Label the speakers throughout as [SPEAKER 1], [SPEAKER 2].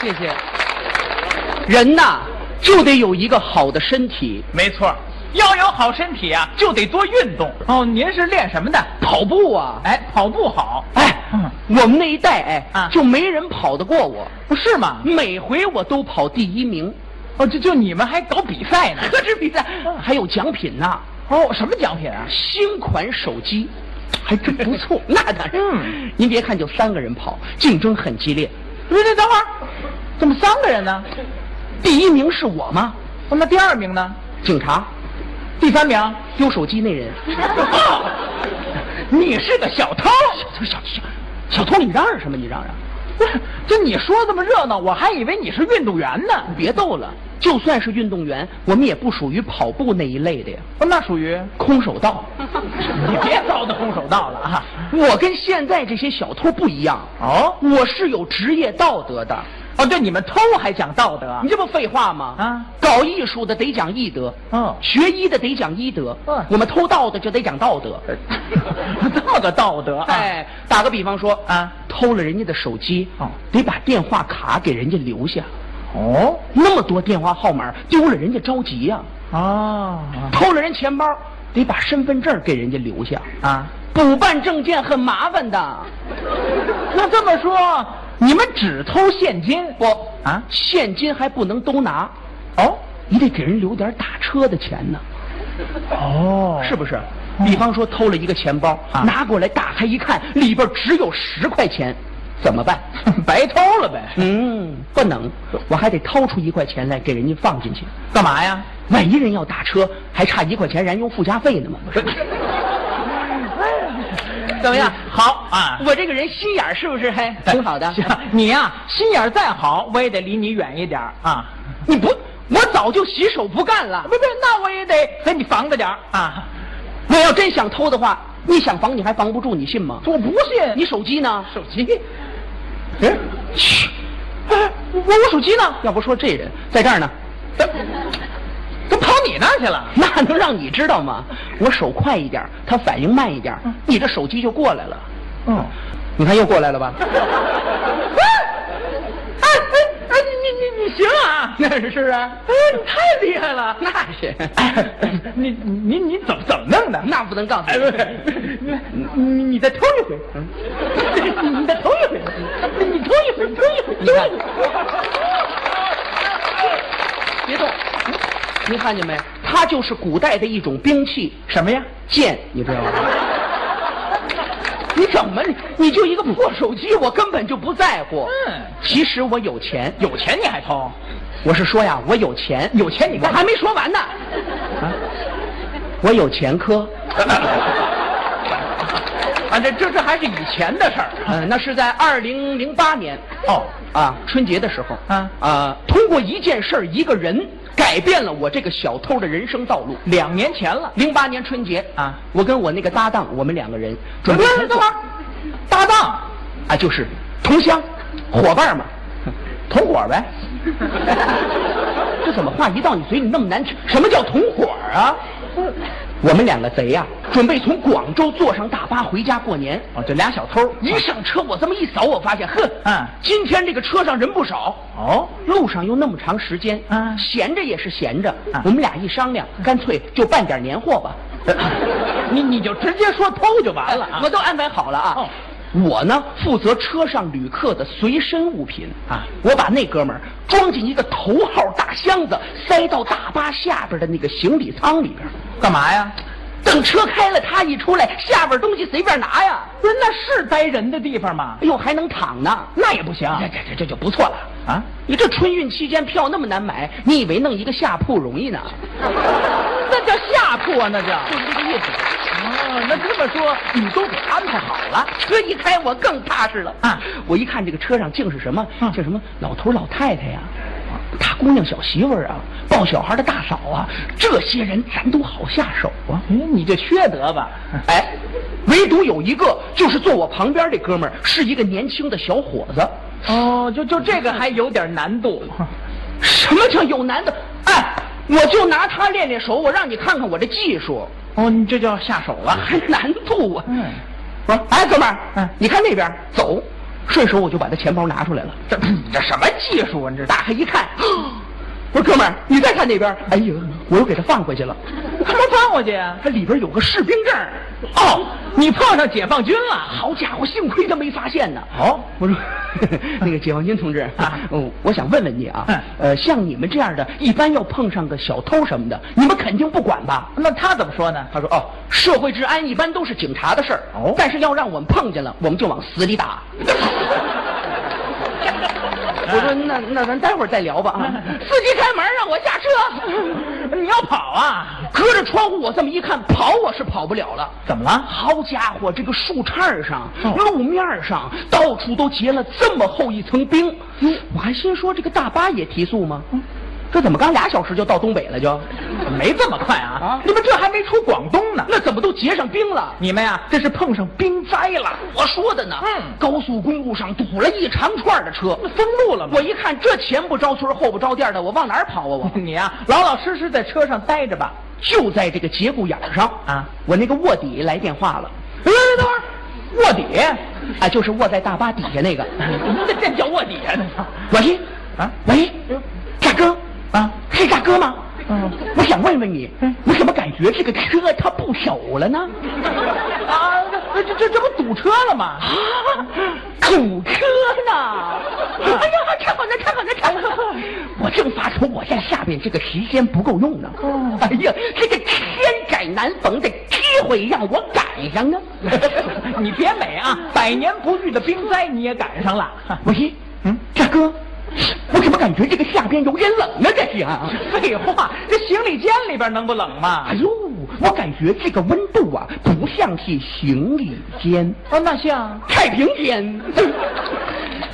[SPEAKER 1] 谢谢。人呐，就得有一个好的身体。
[SPEAKER 2] 没错，要有好身体啊，就得多运动。哦，您是练什么的？
[SPEAKER 1] 跑步啊，
[SPEAKER 2] 哎，跑步好。
[SPEAKER 1] 哎，
[SPEAKER 2] 嗯
[SPEAKER 1] 我们那一代哎、
[SPEAKER 2] 啊
[SPEAKER 1] 就没人跑得过我，
[SPEAKER 2] 不是吗？
[SPEAKER 1] 每回我都跑第一名，
[SPEAKER 2] 哦，就就你们还搞比赛呢？嗯
[SPEAKER 1] 何止比赛，还有奖品呐、
[SPEAKER 2] 哦，什么奖品啊？
[SPEAKER 1] 新款手机，还真不 错。那当然，
[SPEAKER 2] 嗯
[SPEAKER 1] 您别看就三个人跑，竞争很激烈，
[SPEAKER 2] 不是，等会儿，怎么三个人呢？
[SPEAKER 1] 第一名是我吗？
[SPEAKER 2] 哦那第二名呢？
[SPEAKER 1] 警察，
[SPEAKER 2] 第三名？
[SPEAKER 1] 丢手机那 人，
[SPEAKER 2] 你是个小偷！
[SPEAKER 1] 小小小偷，你嚷嚷什么？你嚷嚷。
[SPEAKER 2] 不是，就你说这么热闹，我还以为你是运动员呢。
[SPEAKER 1] 别逗了，就算是运动员，我们也不属于跑步那一类的呀，
[SPEAKER 2] 哦那属于
[SPEAKER 1] 空手 道。
[SPEAKER 2] 你别糟蹋空手道了啊！
[SPEAKER 1] 我跟现在这些小偷不一样，
[SPEAKER 2] 哦
[SPEAKER 1] 我是有职业道德的。
[SPEAKER 2] 哦，对，你们偷还讲道德
[SPEAKER 1] 你这不废话吗？
[SPEAKER 2] 啊
[SPEAKER 1] 搞艺术的得讲艺德，
[SPEAKER 2] 哦
[SPEAKER 1] 啊学医的得讲医德，
[SPEAKER 2] 嗯哎
[SPEAKER 1] 我们偷盗的就得讲道德。
[SPEAKER 2] 道德道德啊！
[SPEAKER 1] 哎，打个比方说
[SPEAKER 2] 啊
[SPEAKER 1] 偷了人家的手机，
[SPEAKER 2] 哦
[SPEAKER 1] 得把电话卡给人家留下，
[SPEAKER 2] 哦
[SPEAKER 1] 那么多电话号码丢了人家着急呀、
[SPEAKER 2] 啊
[SPEAKER 1] 偷了人钱包，得把身份证给人家留下，
[SPEAKER 2] 啊！
[SPEAKER 1] 补办证件很麻烦的。
[SPEAKER 2] 那这么说，你们只偷现金？
[SPEAKER 1] 不
[SPEAKER 2] 啊
[SPEAKER 1] 现金还不能都拿，
[SPEAKER 2] 哦
[SPEAKER 1] 你得给人留点打车的钱呢，
[SPEAKER 2] 哦
[SPEAKER 1] 是不是？比方说偷了一个钱包，
[SPEAKER 2] 啊
[SPEAKER 1] 拿过来打开一看，里边只有十块钱，怎么 办？
[SPEAKER 2] 白偷了呗？
[SPEAKER 1] 嗯，不能，我还得掏出一块钱来给人家放进去。
[SPEAKER 2] 干嘛呀？
[SPEAKER 1] 万一人要打车，还差一块钱燃油附加费呢嘛。
[SPEAKER 2] 怎么样？好啊，
[SPEAKER 1] 我这个人心眼儿是不是还挺好的？
[SPEAKER 2] 行你呀、心眼儿再好，我也得离你远一点儿啊。
[SPEAKER 1] 你不，我早就洗手不干了
[SPEAKER 2] 不。是，那我也得和你防着点儿啊。
[SPEAKER 1] 我要真想偷的话，你想防你还防不住，你信吗？
[SPEAKER 2] 我不信
[SPEAKER 1] 你手机呢？
[SPEAKER 2] 手机。哎，嘘，哎，我我手机呢？
[SPEAKER 1] 要不说这人在这儿呢，呃
[SPEAKER 2] 怎怎么跑你那儿去了？
[SPEAKER 1] 那能让你知道吗？我手快一点，他反应慢一点
[SPEAKER 2] 嗯，
[SPEAKER 1] 你这手机就过来了。
[SPEAKER 2] 嗯。
[SPEAKER 1] 你看又过来 了吧？
[SPEAKER 2] 啊哎哎哎哎，你你你行啊！
[SPEAKER 1] 那是是啊，
[SPEAKER 2] 哎，你太厉害了！
[SPEAKER 1] 那是，
[SPEAKER 2] 哎你你你怎么怎么弄的？
[SPEAKER 1] 那不能告诉
[SPEAKER 2] 哎，不是
[SPEAKER 1] 你。，
[SPEAKER 2] 你你你再偷一回，嗯你再偷一回，你偷一回，你偷一回，
[SPEAKER 1] 你看，别动，您看见没？它就是古代的一种兵器，
[SPEAKER 2] 什么呀？
[SPEAKER 1] 剑，你知道吗？你怎么你你就一个破手机，我根本就不在乎。
[SPEAKER 2] 嗯
[SPEAKER 1] 其实我有钱，
[SPEAKER 2] 有钱你还偷？
[SPEAKER 1] 我是说呀，我有钱，
[SPEAKER 2] 有钱你
[SPEAKER 1] 我
[SPEAKER 2] 干
[SPEAKER 1] 还没说完呢。
[SPEAKER 2] 啊？
[SPEAKER 1] 我有前科，
[SPEAKER 2] 啊，这这这还是以前的事儿。
[SPEAKER 1] 呃，那是在二零零八年
[SPEAKER 2] 哦，
[SPEAKER 1] 啊春节的时候
[SPEAKER 2] 啊
[SPEAKER 1] 呃，通过一件事儿一个人改变了我这个小偷的人生道路。
[SPEAKER 2] 两年前了。
[SPEAKER 1] 零八年春节
[SPEAKER 2] 啊
[SPEAKER 1] 我跟我那个搭档，我们两个人准
[SPEAKER 2] 等
[SPEAKER 1] 备
[SPEAKER 2] 会
[SPEAKER 1] 工作
[SPEAKER 2] 儿，等会儿，搭档，
[SPEAKER 1] 啊，就是同乡伙伴嘛，
[SPEAKER 2] 同伙呗。
[SPEAKER 1] 这怎么话一到你嘴里那么难听？什么叫同伙啊？我们两个贼呀、准备从广州坐上大巴回家过年。
[SPEAKER 2] 哦，这俩小偷。
[SPEAKER 1] 一上车，我这么一扫，我发现，呵，
[SPEAKER 2] 嗯
[SPEAKER 1] 今天这个车上人不少，
[SPEAKER 2] 哦，
[SPEAKER 1] 路上又那么长时间，
[SPEAKER 2] 啊
[SPEAKER 1] 闲着也是闲着，
[SPEAKER 2] 啊
[SPEAKER 1] 我们俩一商量，干脆就办点年货吧。
[SPEAKER 2] 你你就直接说偷就完了啊。
[SPEAKER 1] 我都安排好了啊。
[SPEAKER 2] 哦
[SPEAKER 1] 我呢，负责车上旅客的随身物品
[SPEAKER 2] 啊
[SPEAKER 1] 我把那哥们儿装进一个头号大箱子，塞到大巴下边的那个行李舱里边。
[SPEAKER 2] 干嘛呀？
[SPEAKER 1] 等车开了，他一出来，下边东西随便拿呀。
[SPEAKER 2] 不是，那是待人的地方吗
[SPEAKER 1] 哎？呦，还能躺呢，
[SPEAKER 2] 那也不行
[SPEAKER 1] 这这这这就不错了。
[SPEAKER 2] 啊！
[SPEAKER 1] 你这春运期间票那么难买，你以为弄一个下铺容易呢？
[SPEAKER 2] 那叫下铺啊，那叫。
[SPEAKER 1] 就是这个啊意思。
[SPEAKER 2] 哦，那这么说，你都给安排好了。
[SPEAKER 1] 车一开，我更踏实了
[SPEAKER 2] 啊！
[SPEAKER 1] 我一看这个车上竟是什么，
[SPEAKER 2] 啊
[SPEAKER 1] 竟什么老头老太太呀、大姑娘小媳妇儿啊，抱小孩的大嫂啊，这些人咱都好下手啊。
[SPEAKER 2] 哎，你这缺德吧？
[SPEAKER 1] 哎，唯独有一个，就是坐我旁边这哥们儿，是一个年轻的小伙子。
[SPEAKER 2] 哦，就就这个还有点难度。
[SPEAKER 1] 什么叫有难的？哎，我就拿他练练手，我让你看看我这技术，
[SPEAKER 2] 哦，你这叫下手了。
[SPEAKER 1] 还难度啊！
[SPEAKER 2] 嗯，
[SPEAKER 1] 我说，哎，哥们儿，
[SPEAKER 2] 嗯
[SPEAKER 1] 你看那边走，顺手我就把他钱包拿出来了。
[SPEAKER 2] 这 这什么技术啊？你这
[SPEAKER 1] 打开一看， 我说哥们儿，你再看那边儿，哎呦，我又给他放回去了。
[SPEAKER 2] 干嘛放过去啊？
[SPEAKER 1] 它里边有个士兵证儿，
[SPEAKER 2] 哦，你碰上解放军了？
[SPEAKER 1] 好家伙，幸亏他没发现呢。
[SPEAKER 2] 哦
[SPEAKER 1] 我说 那个解放军同志
[SPEAKER 2] 啊
[SPEAKER 1] 嗯，我想问问你啊
[SPEAKER 2] 嗯，
[SPEAKER 1] 呃，像你们这样的，一般要碰上个小偷什么的，你们肯定不管吧？
[SPEAKER 2] 那他怎么说呢？
[SPEAKER 1] 他说：“哦，社会治安一般都是警察的事儿，
[SPEAKER 2] 哦
[SPEAKER 1] 但是要让我们碰见了，我们就往死里 打。”我说：“那那咱待会儿再聊吧啊。” 司机开门让我下车，
[SPEAKER 2] 你要跑啊？
[SPEAKER 1] 隔着窗户我这么一看，跑我是跑不了了。
[SPEAKER 2] 怎么了？
[SPEAKER 1] 好家伙，这个树杈上、
[SPEAKER 2] 哦
[SPEAKER 1] 路面上，到处都结了这么厚一层冰。我还心说这个大巴也提速吗？
[SPEAKER 2] 嗯
[SPEAKER 1] 这怎么刚俩小时就到东北了就？
[SPEAKER 2] 没这么快啊！
[SPEAKER 1] 啊
[SPEAKER 2] 你们这还没出广东呢。
[SPEAKER 1] 那怎么都结上冰了？
[SPEAKER 2] 你们呀、这是碰上冰灾了，
[SPEAKER 1] 我说的呢，
[SPEAKER 2] 嗯
[SPEAKER 1] 高速公路上堵了一长串的车，
[SPEAKER 2] 封路了吗
[SPEAKER 1] 我？一看这前不着村后不着店的，我往哪儿跑啊？我
[SPEAKER 2] 你呀、老老实实在车上待着吧。
[SPEAKER 1] 就在这个节骨眼儿上
[SPEAKER 2] 啊，
[SPEAKER 1] 我那个卧底来电话了，
[SPEAKER 2] 哎，等会儿，卧底，
[SPEAKER 1] 啊，就是卧在大巴底下 那个，
[SPEAKER 2] 这这叫卧底啊？
[SPEAKER 1] 喂，
[SPEAKER 2] 啊
[SPEAKER 1] 喂
[SPEAKER 2] 嗯，
[SPEAKER 1] 大哥，
[SPEAKER 2] 啊，
[SPEAKER 1] 是大哥吗？
[SPEAKER 2] 嗯
[SPEAKER 1] 我想问问你
[SPEAKER 2] 嗯，
[SPEAKER 1] 我怎么感觉这个车它不小了呢？
[SPEAKER 2] 啊，这这这这不堵车了吗？
[SPEAKER 1] 啊， 堵车 呢！哎呀，太好了，太好了，太好了！我正发愁我在下边这个时间不够用呢。
[SPEAKER 2] 哦
[SPEAKER 1] 哎呀，这个千载难逢的机会让我赶上啊！
[SPEAKER 2] 你别美啊，百年不遇的冰灾你也赶上了。
[SPEAKER 1] 喂，
[SPEAKER 2] 嗯
[SPEAKER 1] 大哥，我怎么感觉这个下边有点冷呢？这是啊。
[SPEAKER 2] 废话，这行李间里边能不冷吗
[SPEAKER 1] 哎？呦，我感觉这个温度啊，不像是行李间。
[SPEAKER 2] 哦，那像
[SPEAKER 1] 太平间。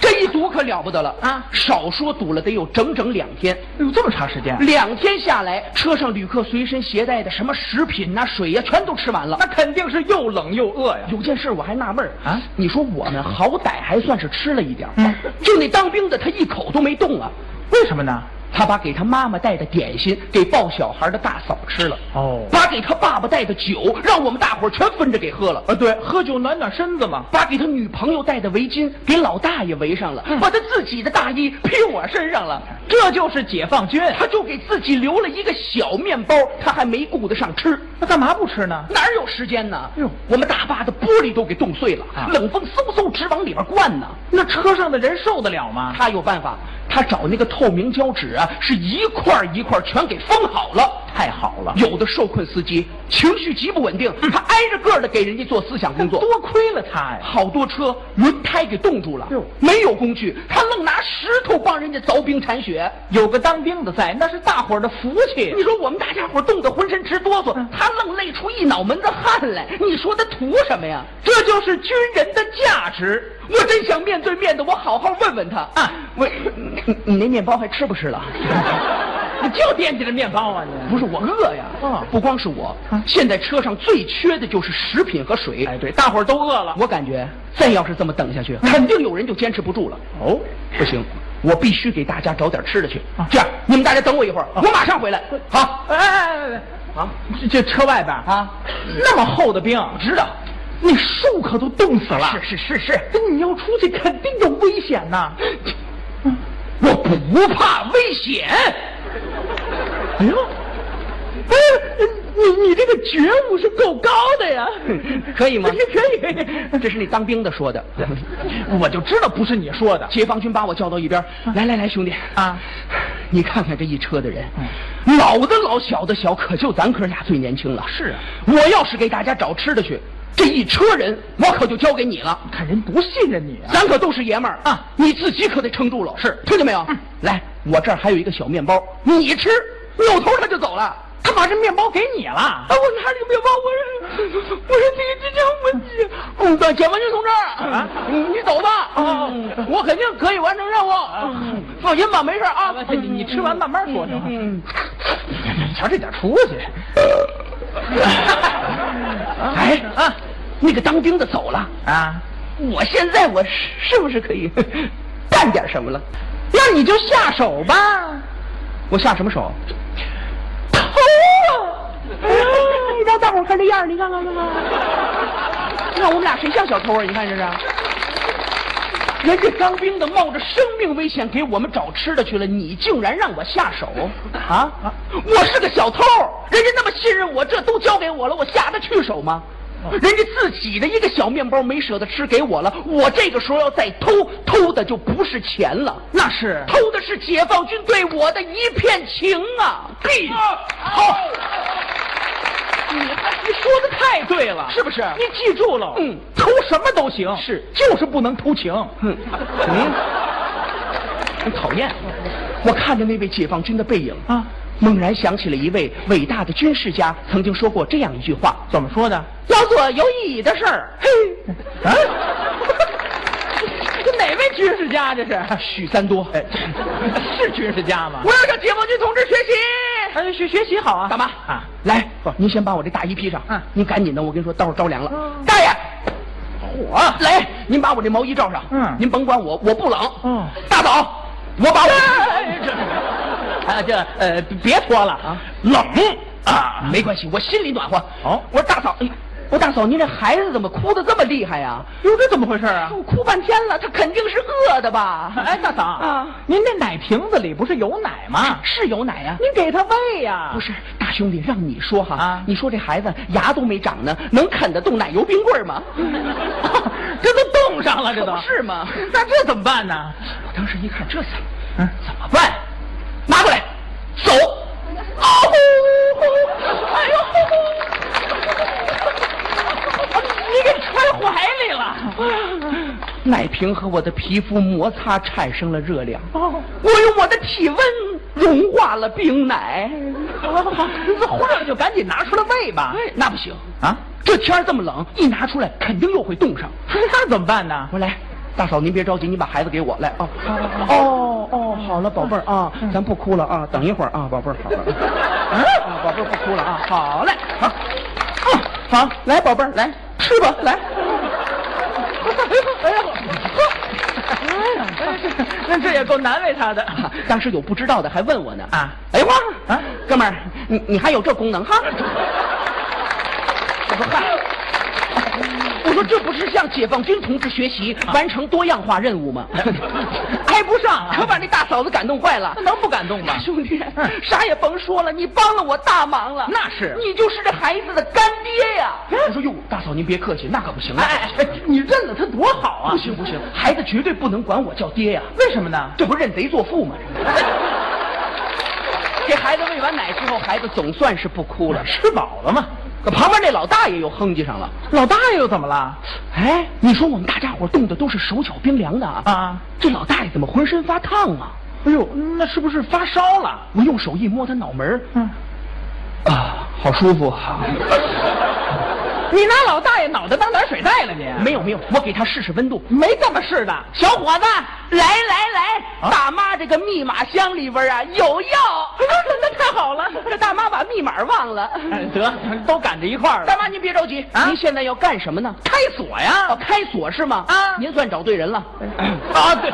[SPEAKER 1] 这一堵可了不得了
[SPEAKER 2] 啊
[SPEAKER 1] 少说堵了得有整整两天，
[SPEAKER 2] 有哎这么长时间
[SPEAKER 1] 两天下来，车上旅客随身携带的什么食品呐、水呀、全都吃完了
[SPEAKER 2] 那。肯定是又冷又饿呀。
[SPEAKER 1] 有件事我还纳闷儿
[SPEAKER 2] 啊
[SPEAKER 1] 你说我们好歹还算是吃了一点儿，
[SPEAKER 2] 嗯
[SPEAKER 1] 就那当兵的他一口都没动啊，
[SPEAKER 2] 为什么呢？
[SPEAKER 1] 他把给他妈妈带的点心给抱小孩的大嫂吃了，
[SPEAKER 2] 哦
[SPEAKER 1] 把给他爸爸带的酒让我们大伙儿全分着给喝了，
[SPEAKER 2] 啊，对，喝酒暖暖身子嘛。
[SPEAKER 1] 把给他女朋友戴的围巾给老大爷围上了，
[SPEAKER 2] 嗯
[SPEAKER 1] 把他自己的大衣披我身上了，
[SPEAKER 2] 这就是解放军。
[SPEAKER 1] 他就给自己留了一个小面包，他还没顾得上吃。
[SPEAKER 2] 那干嘛不吃呢？
[SPEAKER 1] 哪儿有时间呢？
[SPEAKER 2] 哎呦
[SPEAKER 1] 我们大巴的玻璃都给冻碎了，
[SPEAKER 2] 啊
[SPEAKER 1] 冷风嗖嗖直往里边灌呢。
[SPEAKER 2] 那车上的人受得了吗？
[SPEAKER 1] 他有办法，他找那个透明胶纸啊，是一块儿一块儿全给封好了。
[SPEAKER 2] 太好了，
[SPEAKER 1] 有的受困司机情绪极不稳定，他挨着个儿的给人家做思想工作。
[SPEAKER 2] 多亏了他呀。
[SPEAKER 1] 好多车轮胎给冻住了
[SPEAKER 2] 哟，
[SPEAKER 1] 没有工具，他愣拿石头帮人家凿冰铲雪。
[SPEAKER 2] 有个当兵的在，那是大伙儿的福气
[SPEAKER 1] 你。说我们大家伙冻得浑身直哆嗦
[SPEAKER 2] 嗯，
[SPEAKER 1] 他愣累出一脑门子汗来。你说他图什么呀？
[SPEAKER 2] 这就是军人的价值。
[SPEAKER 1] 我真想面对面的，我好好问问他
[SPEAKER 2] 啊
[SPEAKER 1] 我你你那面包还吃不吃了？
[SPEAKER 2] 你就惦记着面包啊你？
[SPEAKER 1] 不是我饿呀，
[SPEAKER 2] 啊
[SPEAKER 1] 不光是我
[SPEAKER 2] 啊，
[SPEAKER 1] 现在车上最缺的就是食品和水。
[SPEAKER 2] 哎，对，大伙儿都饿了。
[SPEAKER 1] 我感觉再要是这么等下去，肯定有人就坚持不住了。
[SPEAKER 2] 哦，
[SPEAKER 1] 不行，我必须给大家找点吃的去
[SPEAKER 2] 啊。
[SPEAKER 1] 这样，你们大家等我一会儿，我马上回来。好
[SPEAKER 2] 哎哎哎哎
[SPEAKER 1] 啊，
[SPEAKER 2] 哎，这车外边
[SPEAKER 1] 啊
[SPEAKER 2] 那么厚的冰，
[SPEAKER 1] 知道，
[SPEAKER 2] 那树可都冻死了。
[SPEAKER 1] 是是是是，
[SPEAKER 2] 那你要出去肯定有危险呐。
[SPEAKER 1] 我不怕危险。，
[SPEAKER 2] 哎呦，哎，你你这个觉悟是够高的呀
[SPEAKER 1] 可以吗
[SPEAKER 2] 可以可以。
[SPEAKER 1] 这是那当兵的说的。
[SPEAKER 2] 我就知道不是你说的。
[SPEAKER 1] 解放军把我叫到一边，来来来，兄弟
[SPEAKER 2] 啊，嗯
[SPEAKER 1] 你看看这一车的人，老的老，小的小，可就咱哥俩最年轻了。
[SPEAKER 2] 是啊
[SPEAKER 1] 我要是给大家找吃的去，这一车人我可就交给你了。
[SPEAKER 2] 看人多信任你啊！
[SPEAKER 1] 咱可都是爷们儿
[SPEAKER 2] 啊
[SPEAKER 1] 你自己可得撑住了。
[SPEAKER 2] 是嗯
[SPEAKER 1] 听见没有？来，我这儿还有一个小面包，你吃，扭头他就走了。
[SPEAKER 2] 他把这面包给你了
[SPEAKER 1] 啊，我拿这个面包，我说，我说这个这这我，嗯，解放军同志，
[SPEAKER 2] 嗯啊
[SPEAKER 1] 嗯你走吧，
[SPEAKER 2] 哦啊
[SPEAKER 1] 嗯我肯定可以完成任务，嗯放心吧，没事啊。
[SPEAKER 2] 你你吃完慢慢说行吗
[SPEAKER 1] 嗯嗯
[SPEAKER 2] 你瞧这点出息。
[SPEAKER 1] 嗯 哎啊，那个当兵的走了，
[SPEAKER 2] 啊，
[SPEAKER 1] 我现在我是是不是可以 干点什么了？
[SPEAKER 2] 那你就下手吧，
[SPEAKER 1] 我下什么手？哎
[SPEAKER 2] 偷啊！
[SPEAKER 1] 你让大伙儿看这样儿，你看看看看，你看我们俩谁像小偷啊？你看这是。人家当兵的冒着生命危险给我们找吃的去了，你竟然让我下手啊！我是个小偷，人家那么信任我，这都交给我了，我下得去手吗？
[SPEAKER 2] 哦
[SPEAKER 1] 人家自己的一个小面包没舍得吃给我了，我这个时候要再偷，偷的就不是钱了，
[SPEAKER 2] 那是
[SPEAKER 1] 偷的是解放军对我的一片情啊！
[SPEAKER 2] 嘿
[SPEAKER 1] 好，
[SPEAKER 2] 哎你你说的太对了，
[SPEAKER 1] 是不是
[SPEAKER 2] 你记住了，
[SPEAKER 1] 嗯
[SPEAKER 2] 偷什么都行，
[SPEAKER 1] 是
[SPEAKER 2] 就是不能偷情。
[SPEAKER 1] 嗯，嗯，很嗯讨厌。我看着那位解放军的背影
[SPEAKER 2] 啊，
[SPEAKER 1] 猛然想起了一位伟大的军事家曾经说过这样一句话
[SPEAKER 2] 怎么说的？：“
[SPEAKER 1] 要做有意义的事儿。”嘿，
[SPEAKER 2] 啊，
[SPEAKER 1] 啊
[SPEAKER 2] 这哪位军事家这是？
[SPEAKER 1] 许三多，
[SPEAKER 2] 是军事家吗
[SPEAKER 1] 我？要向解放军同志学习。
[SPEAKER 2] 哎，学学习好啊
[SPEAKER 1] 干嘛
[SPEAKER 2] 啊？
[SPEAKER 1] 来
[SPEAKER 2] 不，
[SPEAKER 1] 您先把我这大衣披上。
[SPEAKER 2] 嗯
[SPEAKER 1] 您赶紧的，我跟你说，待会儿着凉了。
[SPEAKER 2] 嗯
[SPEAKER 1] 大爷，火！啊来，您把我这毛衣罩上。
[SPEAKER 2] 嗯
[SPEAKER 1] 您甭管我，我不冷。
[SPEAKER 2] 嗯
[SPEAKER 1] 大嫂，我把我。哎
[SPEAKER 2] 啊，这呃，别脱了啊，
[SPEAKER 1] 冷
[SPEAKER 2] 啊
[SPEAKER 1] 没关系，我心里暖和。
[SPEAKER 2] 哦
[SPEAKER 1] 我说大嫂，哎我说大嫂，您这孩子怎么哭的这么厉害呀、
[SPEAKER 2] 哟，这怎么回事啊？
[SPEAKER 1] 我哭半天了，他肯定是饿的吧？
[SPEAKER 2] 哎，大嫂，
[SPEAKER 1] 啊，
[SPEAKER 2] 您那奶瓶子里不是有奶吗？
[SPEAKER 1] 是有奶呀、
[SPEAKER 2] 您给他喂呀。
[SPEAKER 1] 不是，大兄弟，让你说哈，
[SPEAKER 2] 啊
[SPEAKER 1] 你说这孩子牙都没长呢，能啃得动奶油冰棍吗？
[SPEAKER 2] 这都冻上了，这 都
[SPEAKER 1] 可不是吗？
[SPEAKER 2] 那这怎么办呢？
[SPEAKER 1] 我当时一看，这怎么
[SPEAKER 2] 嗯，
[SPEAKER 1] 怎么办？拿过来，走。啊呼！哎呦，
[SPEAKER 2] 你给揣怀里了。
[SPEAKER 1] 奶瓶和我的皮肤摩擦产生了热量，
[SPEAKER 2] 哦，
[SPEAKER 1] 我用我的体温融化了冰奶。
[SPEAKER 2] 好好好，这坏了就赶紧拿出来喂吧。
[SPEAKER 1] 哎，那不行，
[SPEAKER 2] 啊，
[SPEAKER 1] 这天儿这么冷，一拿出来肯定又会冻上。
[SPEAKER 2] 那怎么办呢
[SPEAKER 1] 我？说来，大嫂您别着急，您把孩子给我来啊。
[SPEAKER 2] 好好
[SPEAKER 1] 哦哦，好了，宝贝儿啊，咱不哭了啊，等一会儿啊，宝贝儿，好了。
[SPEAKER 2] 嗯，
[SPEAKER 1] 啊，宝贝儿不哭了啊，好嘞，好，啊，好，来宝贝儿来吃吧，来。
[SPEAKER 2] 哎呦，哎 那这也够难为他的。
[SPEAKER 1] 啊 当时有不知道的还问我呢
[SPEAKER 2] 啊
[SPEAKER 1] 哎哇
[SPEAKER 2] 啊
[SPEAKER 1] 哥们儿，你你还有这功能 哈？我说嗨，我说这不是向解放军同志学习完成多样化任 务吗？
[SPEAKER 2] 挨不上 啊
[SPEAKER 1] 可把那大嫂子感动坏了
[SPEAKER 2] 那。能不感动吗
[SPEAKER 1] 大？ 兄弟
[SPEAKER 2] 嗯，
[SPEAKER 1] 啥也甭说了，你帮了我大忙了。
[SPEAKER 2] 那是
[SPEAKER 1] 你就是这孩子的干爹呀！ 我说哟，大嫂您别客气，那可不行。
[SPEAKER 2] 哎哎哎
[SPEAKER 1] 你认了他多好
[SPEAKER 2] 啊
[SPEAKER 1] 不行不行，孩子绝对不能管我叫爹呀，
[SPEAKER 2] 为什么呢？
[SPEAKER 1] 这不认贼作父吗？ 给孩子喂完奶之后，孩子总算是不哭了。
[SPEAKER 2] 吃饱了嘛。
[SPEAKER 1] 可旁边那老大爷又哼唧上了。
[SPEAKER 2] 老大爷又怎么了？
[SPEAKER 1] 哎，你说我们大家伙冻的都是手脚冰凉的啊！
[SPEAKER 2] 啊，
[SPEAKER 1] 这老大爷怎么浑身发烫啊？
[SPEAKER 2] 哎呦，那是不是发烧了？
[SPEAKER 1] 我用手一摸他脑门儿
[SPEAKER 2] 嗯，
[SPEAKER 1] 啊，好舒服啊！
[SPEAKER 2] 你拿老大爷脑袋当暖水袋了你？
[SPEAKER 1] 没有没有，我给他试试温度。
[SPEAKER 2] 没这么试的，
[SPEAKER 1] 小伙子，来来来，
[SPEAKER 2] 啊
[SPEAKER 1] 大妈这个密码箱里边啊有 药，那太好了，这大妈把密码忘了。
[SPEAKER 2] 哎得都赶着一块儿
[SPEAKER 1] 大
[SPEAKER 2] 了。
[SPEAKER 1] 妈您别着急，
[SPEAKER 2] 啊
[SPEAKER 1] 您现在要干什么呢？
[SPEAKER 2] 开锁呀
[SPEAKER 1] 哦，！开锁是吗？
[SPEAKER 2] 啊
[SPEAKER 1] 您算找对人了。
[SPEAKER 2] 啊，对，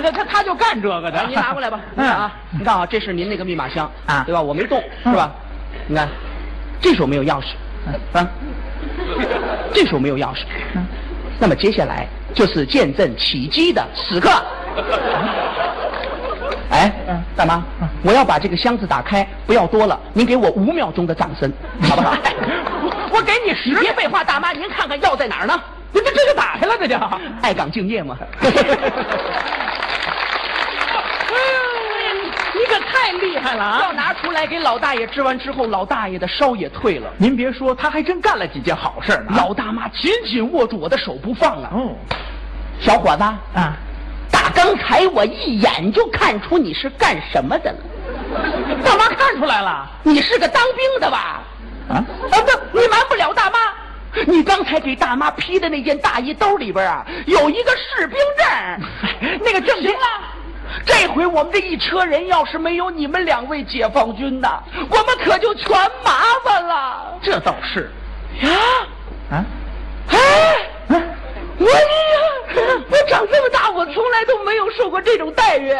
[SPEAKER 2] 他他他就干这个的。
[SPEAKER 1] 您拿过来吧。
[SPEAKER 2] 嗯
[SPEAKER 1] 啊，你看啊，这是您那个密码箱
[SPEAKER 2] 啊
[SPEAKER 1] 对吧？我没动，是吧？你看，这手没有钥匙，
[SPEAKER 2] 哎
[SPEAKER 1] 啊，这手没有钥匙。那么接下来就是见证奇迹的时刻。哎
[SPEAKER 2] 嗯，
[SPEAKER 1] 大妈
[SPEAKER 2] 嗯，
[SPEAKER 1] 我要把这个箱子打开，不要多了，您给我五秒钟的掌声，好不 好？
[SPEAKER 2] 我给你十
[SPEAKER 1] 你别废话，大妈，您看看药在哪儿呢？
[SPEAKER 2] 这这这就打开了，这就。哎
[SPEAKER 1] 爱岗敬 业嘛。
[SPEAKER 2] 你可太厉害了啊
[SPEAKER 1] 要！拿出来给老大爷吃完之后，老大爷的烧也退了。
[SPEAKER 2] 您别说，他还真干了几件好事呢。
[SPEAKER 1] 老大妈紧紧握住我的手不放啊！
[SPEAKER 2] 哦
[SPEAKER 1] 小伙子，
[SPEAKER 2] 啊，
[SPEAKER 1] 打刚才我一眼就看出你是干什么的 了。
[SPEAKER 2] 大妈看出来了
[SPEAKER 1] 你是个当兵的吧？
[SPEAKER 2] 啊
[SPEAKER 1] 啊，不，你瞒不了大妈。你刚才给大妈披的那件大衣兜里边啊，有一个士兵 证，那个证行了。这回我们这一车人要是没有你们两位解放军呐，我们可就全麻烦了。
[SPEAKER 2] 这倒是
[SPEAKER 1] 呀，
[SPEAKER 2] 啊
[SPEAKER 1] 哎。
[SPEAKER 2] 啊
[SPEAKER 1] 我呀，我长这么大，我从来都没有受过这种待遇。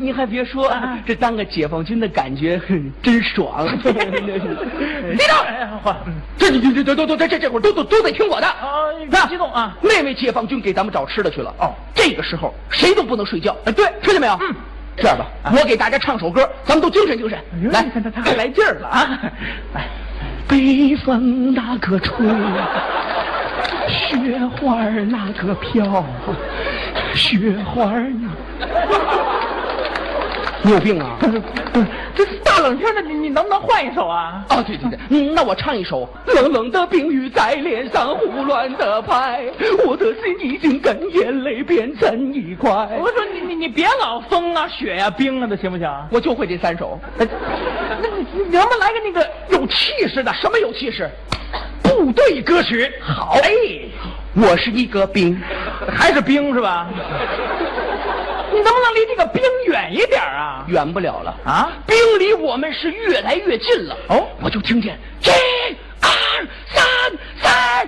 [SPEAKER 1] 你还别说，啊
[SPEAKER 2] 啊
[SPEAKER 1] 这当个解放军的感觉哼真 爽。别动！
[SPEAKER 2] 哎换
[SPEAKER 1] 这这这这都都这这这会儿都都都得听我的。
[SPEAKER 2] 啊别
[SPEAKER 1] 那
[SPEAKER 2] 激动啊！
[SPEAKER 1] 那位解放军给咱们找吃的去了。
[SPEAKER 2] 哦
[SPEAKER 1] 这个时候谁都不能睡觉。哎，对，听见没有？
[SPEAKER 2] 嗯。
[SPEAKER 1] 这样吧，我给大家唱首歌，咱们都精神精神
[SPEAKER 2] 哎呦。
[SPEAKER 1] 来
[SPEAKER 2] 你看他他还，来劲儿了啊！ 来，
[SPEAKER 1] 北风那个吹，雪花儿那个飘，雪花儿呀。你有病啊！
[SPEAKER 2] 这大冷天的，你你能不能换一首啊？
[SPEAKER 1] 哦，对对对，嗯，那我唱一首。冷冷的冰雨在脸上胡乱的拍，我的心已经跟眼泪变成一块。
[SPEAKER 2] 我说你你你别老风啊雪呀、冰啊的行不行？
[SPEAKER 1] 我就会这三首。
[SPEAKER 2] 哎那你你能不能来个那个
[SPEAKER 1] 有气势的，什么有气势？部队歌曲好。哎，我是一个兵，
[SPEAKER 2] 还是冰是 吧？你能不能离这个冰远一点儿啊？
[SPEAKER 1] 远不了了
[SPEAKER 2] 啊
[SPEAKER 1] 兵离我们是越来越近了。
[SPEAKER 2] 哦
[SPEAKER 1] 我就听见一、二、三、三，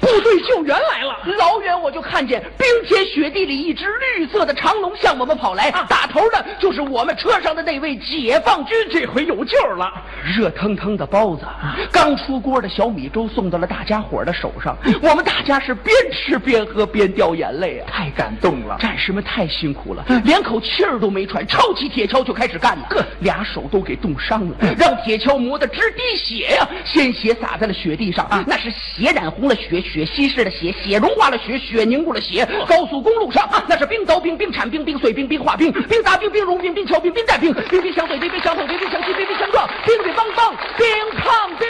[SPEAKER 1] 部队救援来了。老远我就看见冰天雪地里一只绿色的长龙向我们跑来，打头的就是我们车上的那位解放军。这回有救了！啊热腾腾的包子，刚出锅的小米粥送到了大家伙儿的手上，我们大家是边吃边喝边掉眼泪啊！
[SPEAKER 2] 太感动了
[SPEAKER 1] 战士们太辛苦了，连口气儿都没喘，抄起铁锹就开始干了，俩手都给冻伤了，让铁锹磨得直滴血呀、啊鲜血洒在了雪地上，那是血染红了血，血稀释了血，血融化了血，血凝固了血。高速公路上，啊那是冰凿冰、冰铲冰、冰碎冰、冰化冰、冰砸冰、冰融冰、冰敲冰、冰带冰、冰冰相对、冰冰相碰、冰冰相击、冰冰相撞、冰冰梆梆、冰抗冰。